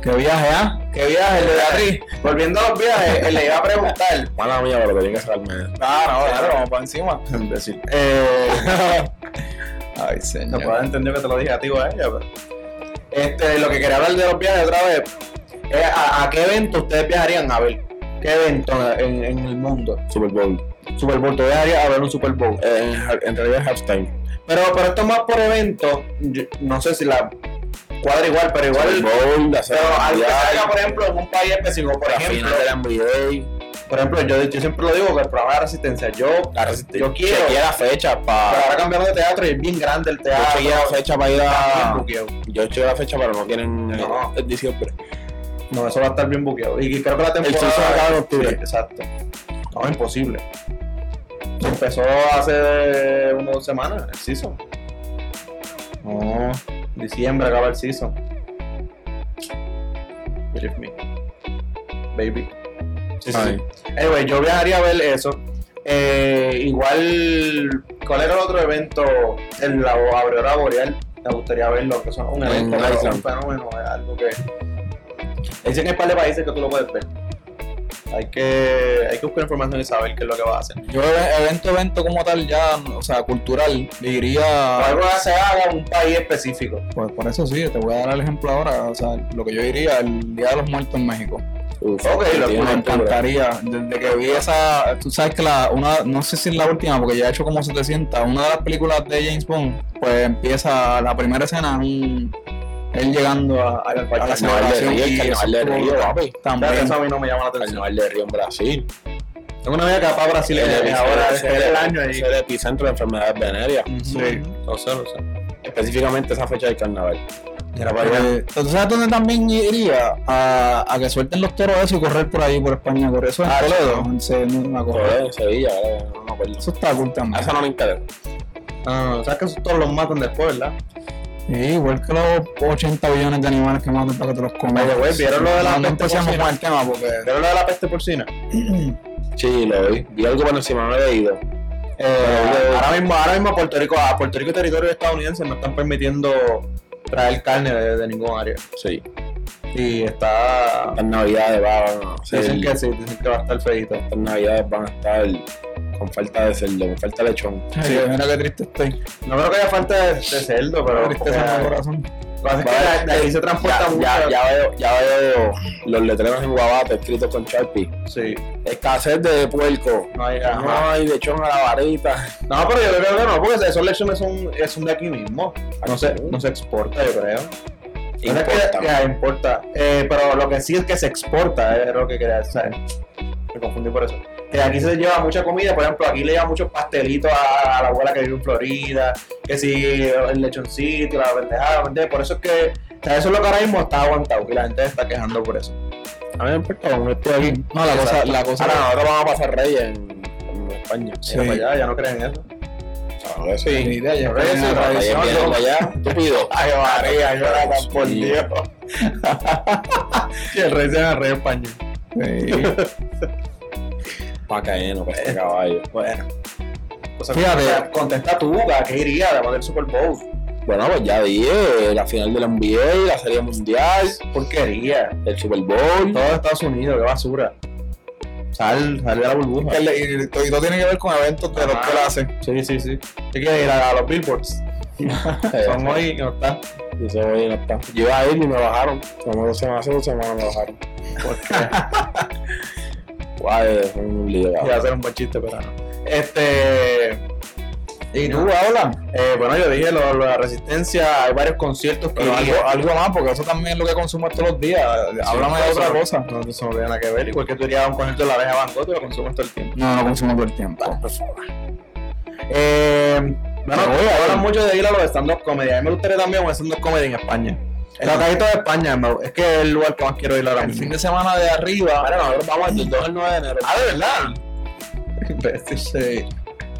B: Que viaje, ¿ah?
C: ¿Qué viaje, el de Beatriz? Volviendo a los viajes, él le iba a preguntar.
A: Mala mía, pero tenía que sacarme.
B: Claro, claro, vamos para encima.
A: Decir.
C: Eh,
B: Ay,
C: No
B: señor.
C: puedes entender que te lo dije a ti o a ella, pero- Este, lo que quería hablar de los viajes otra vez es a, a qué evento ustedes viajarían a ver. ¿Qué evento en, en el mundo?
A: Super Bowl.
C: Super Bowl, tú viajarías a ver un Super Bowl.
A: Eh, en, en realidad es halftime.
C: Pero, pero esto es más por evento, yo- no sé si la cuadra igual, pero igual.
A: Super Bowl, la
C: pero
A: Serie
C: algo que
A: Mundial,
C: salga, por ejemplo, en un país específico, por
A: la
C: ejemplo.
A: final de la NBA.
C: Por ejemplo, yo, yo siempre lo digo que el programa de resistencia, yo,
A: La resistencia.
C: yo quiero.
A: Chequeé la fecha
C: Pero ahora
A: para.
C: cambiaron de teatro y es bien grande el
A: Yo
C: teatro.
A: chequeé la fecha para ir
C: Está bien
A: a.
C: buqueado.
A: Yo chequeé la fecha, pero no tienen. eh,
C: No.
A: En diciembre.
C: No, eso va a estar bien buqueado. Y creo que la temporada.
A: season acaba en octubre.
C: Sí, exacto. No, imposible. Empezó hace unas dos semanas el season. No, diciembre acaba el season. Believe me. Baby. Sí, sí,
A: Ay.
C: Ah, sí. Anyway, yo viajaría a ver eso. Eh, igual, ¿cuál era el otro evento? El la Aurora Boreal. Me gustaría verlo, que son un
A: En
C: evento, pero
A: Iceland.
C: un fenómeno, es algo que. Dicen que hay un par de países que tú lo puedes ver. Hay que, hay que buscar información y saber qué es lo que va a hacer.
B: Yo eve- evento, evento como tal, ya, o sea, cultural,
C: O
B: diría,
C: algo que se haga en un país específico.
B: pues por eso sí, te voy a dar el ejemplo ahora, o sea, lo que yo diría, el Día de los Muertos en México.
A: Uf,
C: Ok,
A: tiene
C: lo-
B: Me
A: octubre.
B: encantaría, desde que vi esa, tú sabes que la, una, no sé si es la última, porque ya he hecho como 700, una de las películas de James Bond, pues empieza la primera escena, un- él llegando a, a-
C: Al
B: a la
C: carnaval
B: celebración
A: de Río, el
B: y
A: carnaval
B: eso
A: de
B: estuvo
A: Río,
B: brutal.
A: papi.
C: Fíjate,
B: también.
C: eso a mí no me llama la atención.
A: Carnaval de Río en Brasil.
C: Tengo una amiga que va para Brasil
A: El
C: eh,
A: epicentro-
C: ahora, es el año
A: es
C: ahí.
A: el epicentro de enfermedades venéreas.
B: Sí.
C: No sé, no sé.
A: Específicamente esa fecha del carnaval.
C: Mira, para allá.
B: Eh, ¿Tú sabes dónde también iría? A, a que suelten los toros eso y correr por ahí, por España, correr eso en
C: Ah,
B: Toledo. en Se- no me acuerdo.
A: Joder, en Sevilla, ahora no me acuerdo.
B: Eso está cool
A: A
B: también.
A: Esa no me interesa.
C: Ah, ¿Sabes que esos todos los matan después, verdad?
B: Sí, igual que los 80 billones de animales que matan para que te los comas.
C: Oye, güey, ¿vieron lo de la
B: No, no
C: peste
B: empecemos
C: porcina?
B: con el tema porque.
C: ¿Pero lo de la peste porcina?
A: Sí, lo vi. Vi algo por encima, no lo he leído.
C: Eh,
B: Ah.
C: ahora, mismo, ahora mismo Puerto Rico, a Puerto Rico territorio estadounidense no están permitiendo traer carne de, de ningún área.
A: Sí.
C: Y está.
A: Estas navidades van a ser-
C: Dicen que sí, dicen que va a estar feito.
A: Estas navidades van a estar con falta de cerdo, con falta de lechón.
B: Ay, Dios, mira qué triste estoy.
C: No creo que haya falta de, de cerdo, pero.
B: Qué tristeza en el corazón.
C: Lo que pasa es que de- de ahí se transporta
A: Ya,
C: mucho.
A: ya, ya veo, ya veo los letreros en Guabate escritos con Sharpie.
C: Sí.
A: Escasez de puerco.
C: No hay,
A: No
C: ajá.
A: hay lechón a la varita.
C: No, pero yo creo que no, porque esos lechones son, son de aquí mismo. No se, no se exporta, yo creo. No es que-
A: Importa.
C: ya, importa. Eh, pero lo que sí es que se exporta, eh, es lo que quería saber. Me confundí por eso. Que aquí se lleva mucha comida, por ejemplo, aquí le lleva muchos pastelitos a, a la abuela que vive en Florida, que si el lechoncito, la pendejada, ¿me entiendes? Por eso es que, o sea, eso es lo que ahora mismo está aguantado y la gente se está quejando por eso.
A: A mí me importa, como estoy aquí.
B: No, la cosa, la cosa.
A: Ahora Ah, nosotros vamos a pasar reyes en, en España.
B: Sí.
C: Mira para allá, ya no creen en eso.
A: Claro que
B: Ni
A: sí.
B: idea, ya
C: Pero
B: está en
C: eso,
A: Reyes
B: la tradición,
A: vienen
B: yo-
A: para allá. Estúpido.
C: Ay, María, Jonathan, por
A: Sí.
C: Dios. (laughs) y el rey se agarró español.
B: Sí.
A: Pa' caer, no, pa' este caballo.
C: Bueno. Cosa
B: Fíjate.
C: que- contesta tú, ¿a qué iría además del Super Bowl?
A: Bueno, pues ya dije, la final de la NBA, la Serie Mundial,
C: Porquería.
A: el Super Bowl.
C: Todo Estados Unidos, qué basura. Sal, sal de la burbuja.
B: Que le- Y y todo tiene que ver con eventos de los
C: Ajá.
B: que la hacen.
C: Sí, sí, sí. ¿Qué quieres ir a, a los billboards?
A: (laughs)
C: Son hoy no están.
A: Yo se voy y no está. Yo iba a ir y me bajaron. Como dos semanas, hace dos semanas me bajaron. (laughs) Guay, es un lío.
C: Iba a
A: cabrón.
C: hacer un buen chiste, pero no. Este.
B: (laughs) ¿Y tú, hablan?
C: eh, bueno, yo dije, lo, lo de la resistencia, hay varios conciertos que.
B: Pero algo,
C: iría.
B: algo más, porque eso también es lo que consumo todos los días. Háblame de
C: eso
B: otra
C: no-
B: cosa.
C: No, eso no tiene nada que ver. Igual que tú irías a un concierto de la abeja Van Gogh, te lo consumes todo el tiempo.
B: No, no consumo todo el tiempo.
C: Eh, bueno,
B: Me voy a
C: hablan
B: ir.
C: mucho de ir a los stand-up comedy. A mí me gustaría también un stand-up comedy en España. En la cajita de España, me- es que es el lugar que más quiero ir ahora
B: El fin
C: mismo. Ah,
B: de semana de arriba. (laughs)
A: Ahora nosotros vamos del 2 al 9 de enero.
B: Ah, de verdad. Imbécil, sí.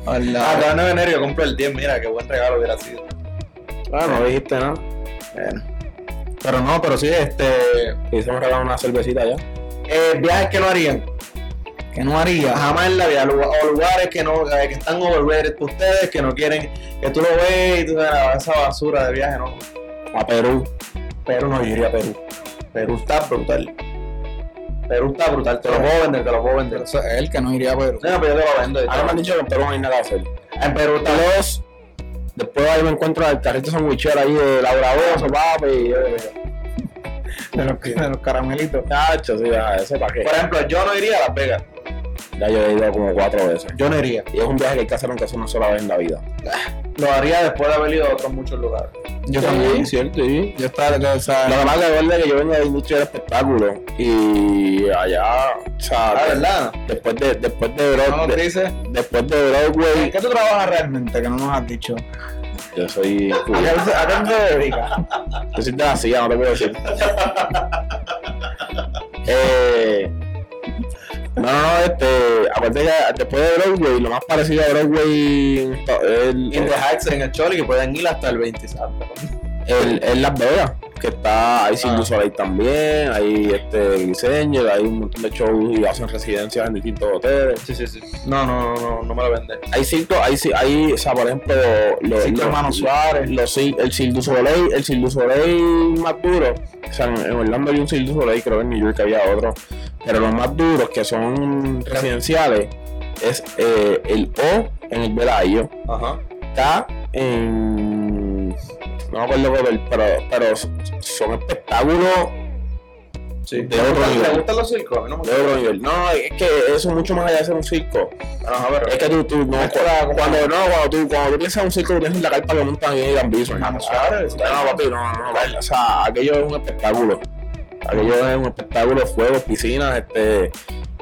B: Hola.
C: Ah, cada 9 de enero yo compro el 10, mira, qué buen regalo hubiera sido. Eh.
A: Ah, no dijiste nada.
C: Pero no, pero sí, este...
A: Y se me regalaron una cervecita ya.
C: eh, viajes que no harían,
B: ¿Qué no haría?
C: jamás en la vida, lu- o lugares que no eh, que están overrated por ustedes, que no quieren, que tú lo ves y tú dices, "Ah, esa basura de viaje, no.
A: A Perú.
C: Perú no, yo iría a Perú. Perú está brutal. Perú está brutal, te lo puedo vender, te lo puedo vender.
B: Eso es él que no iría a Perú.
C: No, pero yo te lo vendo. yo
A: Ahora
C: te
A: me
C: lo
A: han
C: vendo.
A: dicho que en Perú no hay nada que hacer.
C: En Perú está
A: Los. Después ahí me encuentro al carrito sandwichero ahí de Laura Bozo, papi. y yo-
B: De los, de los caramelitos.
A: Chacho, sí, ya, eso para qué.
C: Por ejemplo, yo no iría a Las Vegas.
A: Ya yo he ido como cuatro veces.
C: Yo no iría.
A: Y es un viaje que hay que hacer aunque sea una sola vez en la vida.
C: Lo haría después de haber ido a otros muchos lugares.
B: Yo también.
A: cierto, sí.
B: Yo estaba, o sea,
A: Lo que pasa es que yo vengo de la industria del espectáculo y allá, o sea,
C: Ah, ¿verdad? Ah,
A: después de, después de
B: no
A: Broadway,
B: nos dices.
A: después de
B: ¿En
A: Broadway,
B: qué tú trabajas realmente? Que no nos has dicho.
A: yo soy,
B: ¿A qué, a qué te dedicas?
A: yo soy de la silla, no te puedo decir. eh, no, no, este, aparte que después de Broadway, lo más parecido a Broadway es
C: In
A: el-
C: the Heights en el Choli que pueden ir hasta el 27.
A: el- es Las Vegas, que está, hay
B: Ah.
A: Cirque du Soleil también, hay este diseño, hay un montón de shows y hacen residencias en distintos hoteles.
C: Sí, sí, sí. No, no, no, no, no me lo vende.
A: hay circo, hay, ci- hay, o sea, por ejemplo, los,
B: Circo
A: los-
B: Hermano Suárez.
A: los cir- el Cirque du Soleil, el Cirque du Soleil más duro, o sea, en en Orlando había un Cirque du Soleil, creo que en New York había otro, pero los más duros que son residenciales es eh, el O en el Velayo,
C: Ajá.
A: K en, no me acuerdo cuál, es, pero, pero son espectáculos
C: Sí.
A: De otro nivel.
C: ¿Te gustan los circos? A mí No me
A: de otro nivel. No, es que eso es mucho más allá de ser un circo.
C: Ajá, pero.
A: Es que tú, tú no, cu- cuando, no, cuando tú, cuando tú piensas en un circo, tú piensas en la carpa que montan en Dan Bison.
C: Ah,
A: No,
C: no, claro, está bien.
A: papi, no, no, no, o sea, aquello es un espectáculo. Aquello es un espectáculo, fuegos, piscinas, este,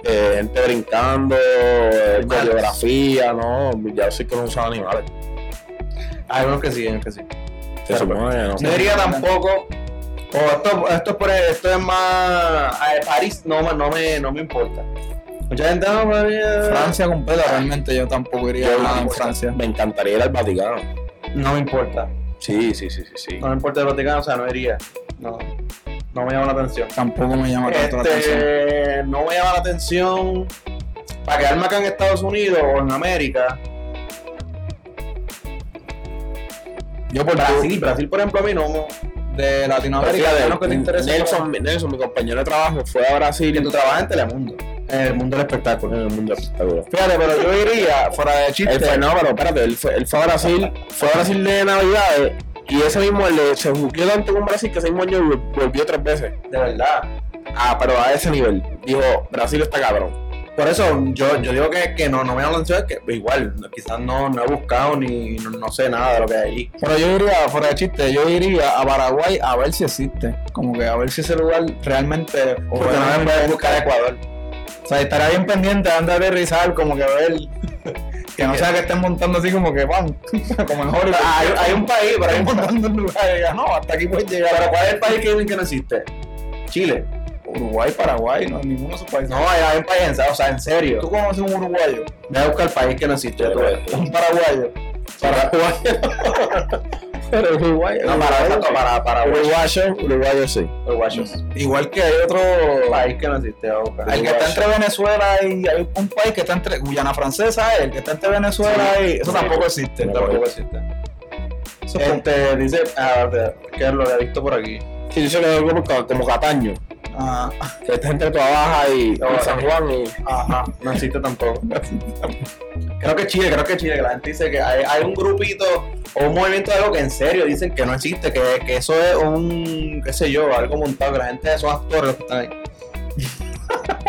A: eh, gente brincando, eh,
C: Animales.
A: coreografía, no, ya los circos no usan animales.
C: Hay unos que sí, hay unos que sí.
A: Se supone que no.
C: No iría tampoco. O esto, esto, es por- esto es más. a París no, me- no, me, no me importa. Mucha gente no me.
B: Francia completa, realmente yo tampoco iría
A: Yo
B: a nada en
A: no-
B: Francia.
A: Me encantaría ir al Vaticano.
C: No me importa.
A: Sí, sí, sí, sí, sí.
C: No me importa el Vaticano, o sea, no iría. No. No me llama la atención.
B: Tampoco me llama tanto la atención.
C: Este, no me llama la atención. Para quedarme acá en Estados Unidos o en América,
B: Yo por
C: Brasil, Brasil, por ejemplo, a mí no. De Latinoamérica,
A: Fíjate,
C: a menos que te interese.
A: Nelson, Nelson, mi compañero de trabajo, fue a Brasil.
C: que tú trabajas en Telemundo. En el mundo del espectáculo.
A: En el mundo espectacular.
C: Fíjate, pero yo iría, fuera de
A: Él
C: chiste.
A: fue, no, pero espérate, él fue, él fue a Brasil, fue a Brasil de Navidades y ese mismo le- se juzgó tanto con Brasil que ese mismo año vol- volvió tres veces.
C: De verdad.
A: Ah, pero a ese nivel. Dijo, Brasil está cabrón.
C: Por eso yo, yo digo que, que no, no me han lanzado, que igual, no, quizás no, no he buscado ni no, no sé nada de lo que hay allí.
B: Pero yo iría, fuera de chiste, yo iría a Paraguay a ver si existe. Como que a ver si ese lugar realmente. o
C: Porque no me voy a buscar a Ecuador.
B: O sea, estará bien pendiente de andar de rizar, como que ver. (laughs) Que no sea que estén montando así como que van. (laughs) como en Hollywood.
C: Hay, hay un país, pero hay un
B: montando en lugares. diga, No, hasta aquí puedes llegar.
C: Pero ¿cuál es el país que dicen que no existe? Chile.
B: Uruguay, Paraguay, no, ninguno de esos países.
C: No, hay, hay un país, en- o sea, en serio.
B: Tú conoces un uruguayo,
C: Voy a buscar el país que no existe. tú ves.
B: un paraguayo.
A: Paraguay.
C: (laughs)
A: pero Uruguay.
C: No, para, para, para, para
A: Uruguayo, uruguayo sí.
C: uruguayos.
B: Igual que hay otro.
C: País que no existe, voy a buscar.
B: El que está entre Venezuela y hay un país que está entre Guyana Francesa, el que está entre Venezuela y eso
A: Sí.
B: tampoco existe.
C: Tampoco existe.
B: Eso es como-
C: Este, dice, a ver, que lo he visto por aquí.
A: Sí, yo se lo digo como, ca- como Cataño,
B: Ah, ah.
A: que esta gente trabaja y, y
C: Ahora.
A: San Juan y...
C: Ajá, no existe tampoco. Creo que Chile, creo que Chile, que la gente dice que hay, hay un grupito o un movimiento de algo que en serio dicen que no existe, que, que eso es un, qué sé yo, algo montado, que la gente de esos actores los que están ahí.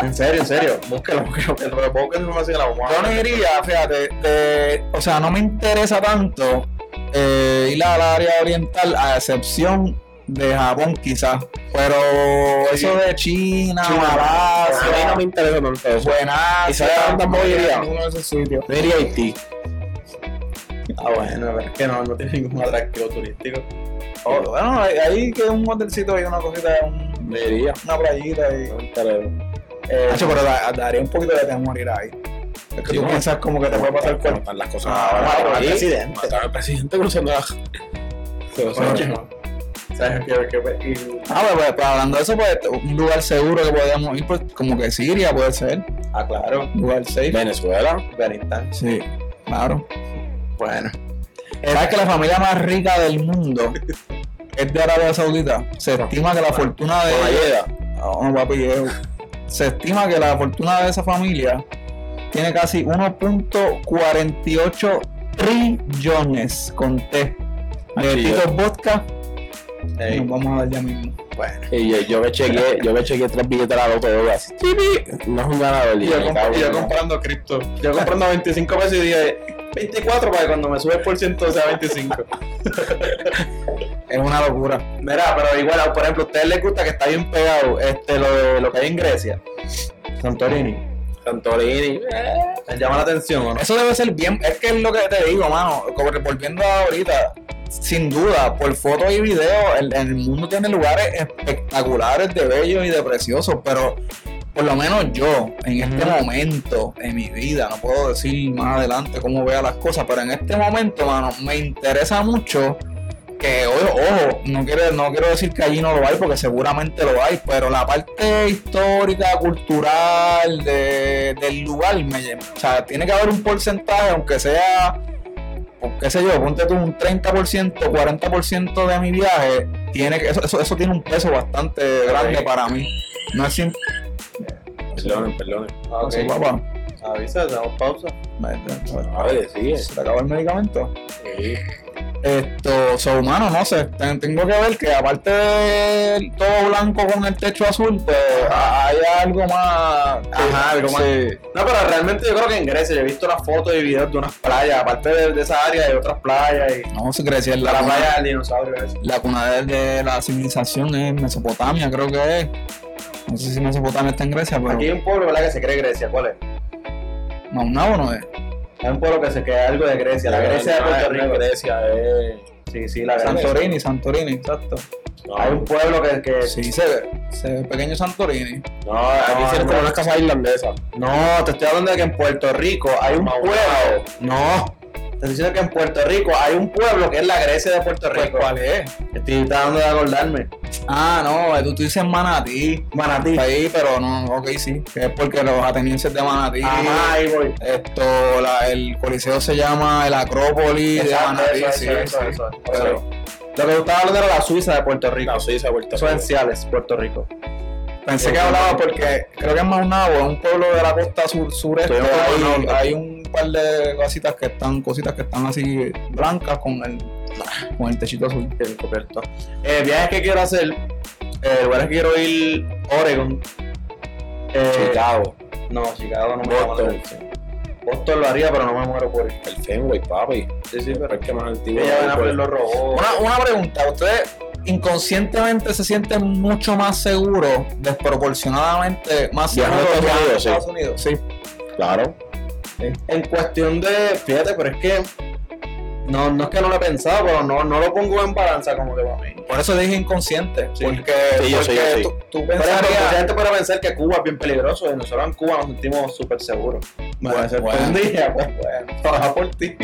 C: en serio, en serio, búsquelo, (laughs) búsquelo, que lo que puedo que no me la vamos
B: yo no iría, fíjate, de- o sea, no me interesa tanto eh, ir al área oriental, a excepción de Japón quizás, pero eso de China,
C: Ah,
A: China, ah,
B: Malasia,
A: a mí no me interesa tanto eso.
B: Buenas,
A: ¿Y sabes a dónde tampoco yo iría?
B: ninguno de esos sitios.
A: Yo diría Haití.
C: Ah, bueno, pero es que no, no tiene ningún atractivo turístico.
B: Oh, bueno, ahí- ahí que un hotelcito y una cosita, un-
A: Yo diría.
B: una playita y.
A: No me interesa.
B: Eh, Nacho, pero da- daría un poquito de temor ir ahí. Es que
A: Sí,
B: tú
A: bueno.
B: piensas como que te puede pasar
A: Como
B: cualquier
A: están las cosas
B: Ah,
A: ahora.
B: mataron al
A: ahí.
C: presidente.
A: Mataron al presidente cruzando la... Se lo
C: Bueno,
A: sabe.
C: ¿Sabes qué? qué- y-
B: Ah, pues, pues, pues, hablando de eso, pues un lugar seguro que podríamos ir, pues como que Siria puede ser.
C: Ah, claro,
B: Un lugar safe.
A: Venezuela.
C: Afganistán.
B: Sí, claro.
C: Bueno.
B: ¿Sabes que la familia más rica del mundo es de Arabia Saudita? Se estima que la fortuna de
A: Con
B: ella.
A: Ayeda.
B: Ah, no, papi, yo- Se estima que la fortuna de esa familia tiene casi 1.48 trillones con T. De
A: Así es.
B: Tito Vodka,
C: Ey.
B: nos vamos a dar ya mismo.
A: Y yo, yo me chequeé, yo me chequeé tres billetes a la lotería. así, chipi, No es un ganador.
C: Y
A: me
C: yo, comp-
A: cago
C: y
A: en
C: yo
A: la-
C: comprando cripto. Yo comprando 25 pesos y dije 24 para que cuando me sube el por ciento sea 25.
B: Es una locura.
C: Mira, pero igual, por ejemplo, a ustedes les gusta que está bien pegado este, lo, de- lo que hay en Grecia. Santorini.
A: Santorini.
C: ¿Les llama la atención o no?
B: Eso debe ser bien, es que es lo que te digo, mano, como que volviendo a ahorita, sin duda, por fotos y videos, el, el mundo tiene lugares espectaculares de bellos y de preciosos, pero por lo menos yo, en este momento, en mi vida, no puedo decir más adelante cómo vea las cosas, pero en este momento, mano, me interesa mucho que ojo, ojo, no quiero, no quiero decir que allí no lo hay, porque seguramente lo hay, pero la parte histórica, cultural de- del lugar, me, lle- o sea, tiene que haber un porcentaje, aunque sea, pues, qué sé yo, ponte tú un 30%, 40% de mi viaje, tiene que, eso, eso, eso tiene un peso bastante grande
C: Ok.
B: para mí. No es simple,
A: Perdonen, perdonen.
C: Ok.
B: papá.
C: Avisa, damos pausa.
B: Me- me-
A: A ver, sigue.
B: ¿Se te acabó el medicamento?
A: Sí.
B: Esto, so, humano, no sé. ten- Tengo que ver que aparte de todo blanco con el techo azul, pues a- hay algo más.
C: Ajá, algo más.
B: Sí.
C: No, pero realmente yo creo que en Grecia yo he visto unas fotos y videos de unas playas, aparte de, de esa área, hay otras playas y
B: No sé, Grecia es la,
C: la
B: cuna,
C: playa del dinosaurio. ese.
B: la cuna de, de la civilización es Mesopotamia, creo que es. No sé si Mesopotamia está en Grecia, pero.
C: Aquí hay un pueblo, ¿verdad? Que se cree Grecia, ¿cuál es?
B: Maunabo no es.
C: Hay un pueblo que se cree algo de Grecia, la Grecia de
A: No,
C: Puerto
A: no es
C: Rico.
A: Grecia es.
C: Sí, sí, la Grecia.
B: Santorini, Santorini, exacto.
A: No,
C: Hay un pueblo que, que
B: Sí, se ve. Se ve pequeño Santorini.
A: no, aquí
C: No,
A: hicieron
C: no.
A: como unas casas irlandesas.
C: No, te estoy hablando de que en Puerto Rico hay un
A: Maunao.
C: pueblo. No. Te estoy diciendo que en Puerto Rico hay un pueblo que es la Grecia de Puerto
B: Pues,
C: Rico.
B: ¿Cuál es?
C: Estoy tratando de acordarme.
B: Ah, no, tú, tú dices Manatí.
C: Manatí.
B: Ahí, pero no, ok, sí. Es porque los atenienses de Manatí.
C: Ajá, ahí voy.
B: Esto, la- el coliseo se llama el Acrópolis de
C: Exacto,
B: Manatí.
C: eso,
B: sí,
C: eso, eso,
B: sí.
C: eso, eso.
B: Pero-
C: Lo que yo estaba hablando era la Suiza de Puerto Rico.
A: La Suiza, Puerto
C: Eso es en
A: Rico.
C: Ciales, Puerto Rico.
B: Pensé que hablaba porque creo que es Maunabo, es un pueblo de la costa sur, sureste.
A: Sí,
B: Hay,
A: Maunabo.
B: hay un par de cositas que están, cositas que están así blancas con el, con el techito azul.
C: Bien, correcto. Eh, viajes que quiero hacer, eh, lugares que quiero ir, Oregon. Eh,
A: Chicago,
C: No, Chicago no me llama la
A: Boston.
C: atención. Boston lo haría, pero no me muero por ir.
A: el Fenway, papi.
C: Sí, sí,
A: El parque más antiguo.
C: Ella van a
A: del
C: poner
A: pueblo.
C: los robots.
B: Una, una pregunta, ¿ustedes inconscientemente se sienten mucho más seguros, desproporcionadamente más
A: Viajando
B: seguros
A: a Estados
B: viajando a
A: Unidos, sí.
B: Estados Unidos? Sí.
A: Claro.
C: En cuestión de, fíjate, pero es que no, no es que no lo he pensado, pero no, no lo pongo en balanza como que para mí.
B: Por eso dije inconsciente.
A: Sí.
B: Porque,
A: Sí, yo
B: porque
A: sí, yo sí.
B: tú, tú
C: Por ejemplo,
B: pensarías-
C: mucha gente puede pensar que Cuba es bien peligroso y nosotros en Cuba nos sentimos súper seguros.
B: Bueno,
C: puede ser
B: bueno.
C: que un día, pues bueno, (laughs) trabaja por ti.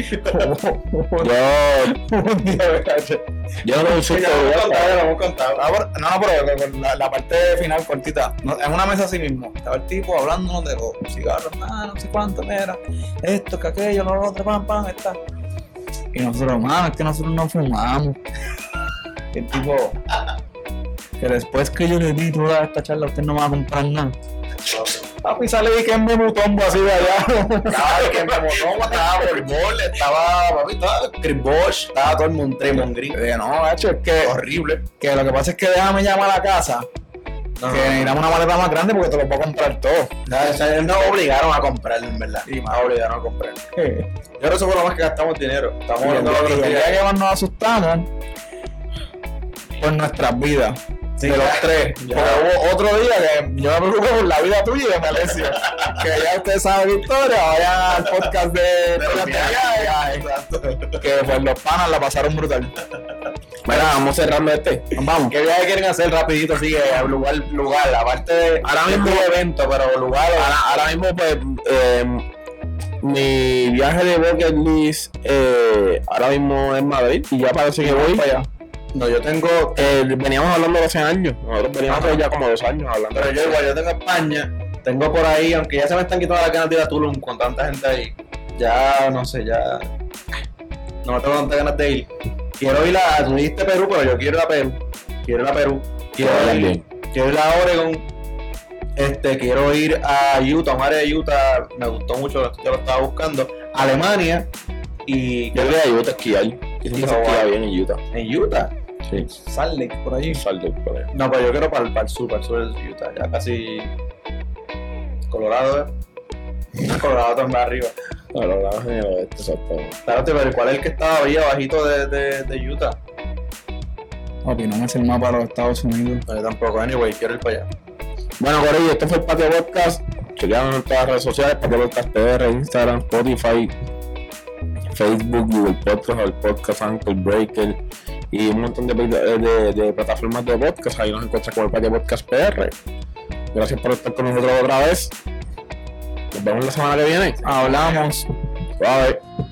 A: Yo,
B: Un día me caché.
A: yo no
C: Sí,
A: uso
C: ya lo hemos contado, ya lo hemos contado.
B: Ah, por- No, no, pero con la, la parte final cortita. No, en una mesa así mismo. Estaba el tipo hablándonos de los cigarros, ah, no sé cuánto, mira, esto, que aquello, lo otro, pam, pam, está. Y nosotros, mano, es que nosotros no fumamos. (laughs) Y el tipo, que después que yo le di toda esta charla, usted no va a comprar nada. Papi sale y que es mi mutombo así de allá. (laughs)
C: Estaba que me montó, estaba Borbol, estaba, papi, estaba Chris Bosch, estaba todo el mundo, Tremon Green.
B: Y dije, no, macho, es que,
C: Horrible.
B: que lo que pasa es que déjame llamar a la casa, que necesitamos una maleta más grande porque te lo voy a comprar todo.
C: O sea, nos obligaron a comprarlo, en verdad.
B: Sí,
C: nos obligaron a comprarlo.
B: Eh.
C: Yo creo que eso fue lo más que gastamos dinero. Estamos
B: Y el
C: hablando
B: día-
C: de
B: y
C: otro
B: el
C: día.
B: día que más nos asustamos por nuestras vidas.
C: Sí,
B: de los
C: ya.
B: tres.
C: Ya.
B: Porque hubo otro día que yo me preocupé por la vida tuya y de Melesio. que ya ustedes saben la historia. Vayan al podcast de,
C: los
B: podcast de viajes, Que pues los panas la pasaron brutal.
A: Mira, vamos cerrando este.
B: Vamos.
C: ¿Qué viaje quieren hacer rapidito? Así que lugar, lugar, aparte de
A: Ahora mismo-
C: de este evento, pero lugar.
A: Ahora, ahora mismo, pues, eh, mi viaje de bucket list eh, ahora mismo es Madrid y ya parece que voy.
B: para allá.
A: No, yo tengo. eh, veníamos hablando de hace años. Nosotros veníamos ya como dos años hablando.
C: Pero yo igual, yo tengo España, tengo por ahí, aunque ya se me están quitando las ganas de ir a Tulum con tanta gente ahí. Ya, no sé, ya. No tengo tantas ganas de ir. Quiero ir a. Tú dijiste Perú, pero yo quiero ir a Perú. Quiero ir a Perú. Quiero
A: Pero
C: ir,
A: también.
C: quiero ir a Oregon. Este, quiero ir a Utah, un área de Utah. Me gustó mucho, yo lo estaba buscando. Alemania y.
A: Yo voy a Utah a esquiar. Dicen que se esquía
C: Hawái.
A: bien en Utah.
C: En Utah.
A: Sí.
B: Salt Lake, por allí.
A: Salto, por ahí.
C: No, pero yo quiero para el, para el sur, para el sur de Utah, ya casi Colorado. ¿eh? Ah, Colorado también arriba.
A: No, lo grabas en el oeste, exacto.
C: Espérate, pero ¿cuál es el que estaba ahí abajito de, de, de Utah?
B: Papi, no me hace el mapa de los Estados Unidos.
C: No, yo tampoco, anyway, quiero ir para allá.
A: Bueno, Corillo, este fue el Patio Podcast. Chequeamos en todas las redes sociales, Patio Podcast PR, Instagram, Spotify, Facebook, Google Podcast, el Podcast Uncle Breaker y un montón de, eh, de- de plataformas de podcast. Ahí nos encuentras con el Patio Podcast PR. Gracias por estar con nosotros otra vez. Nos vemos la semana que viene.
B: Hablamos.
A: Bye.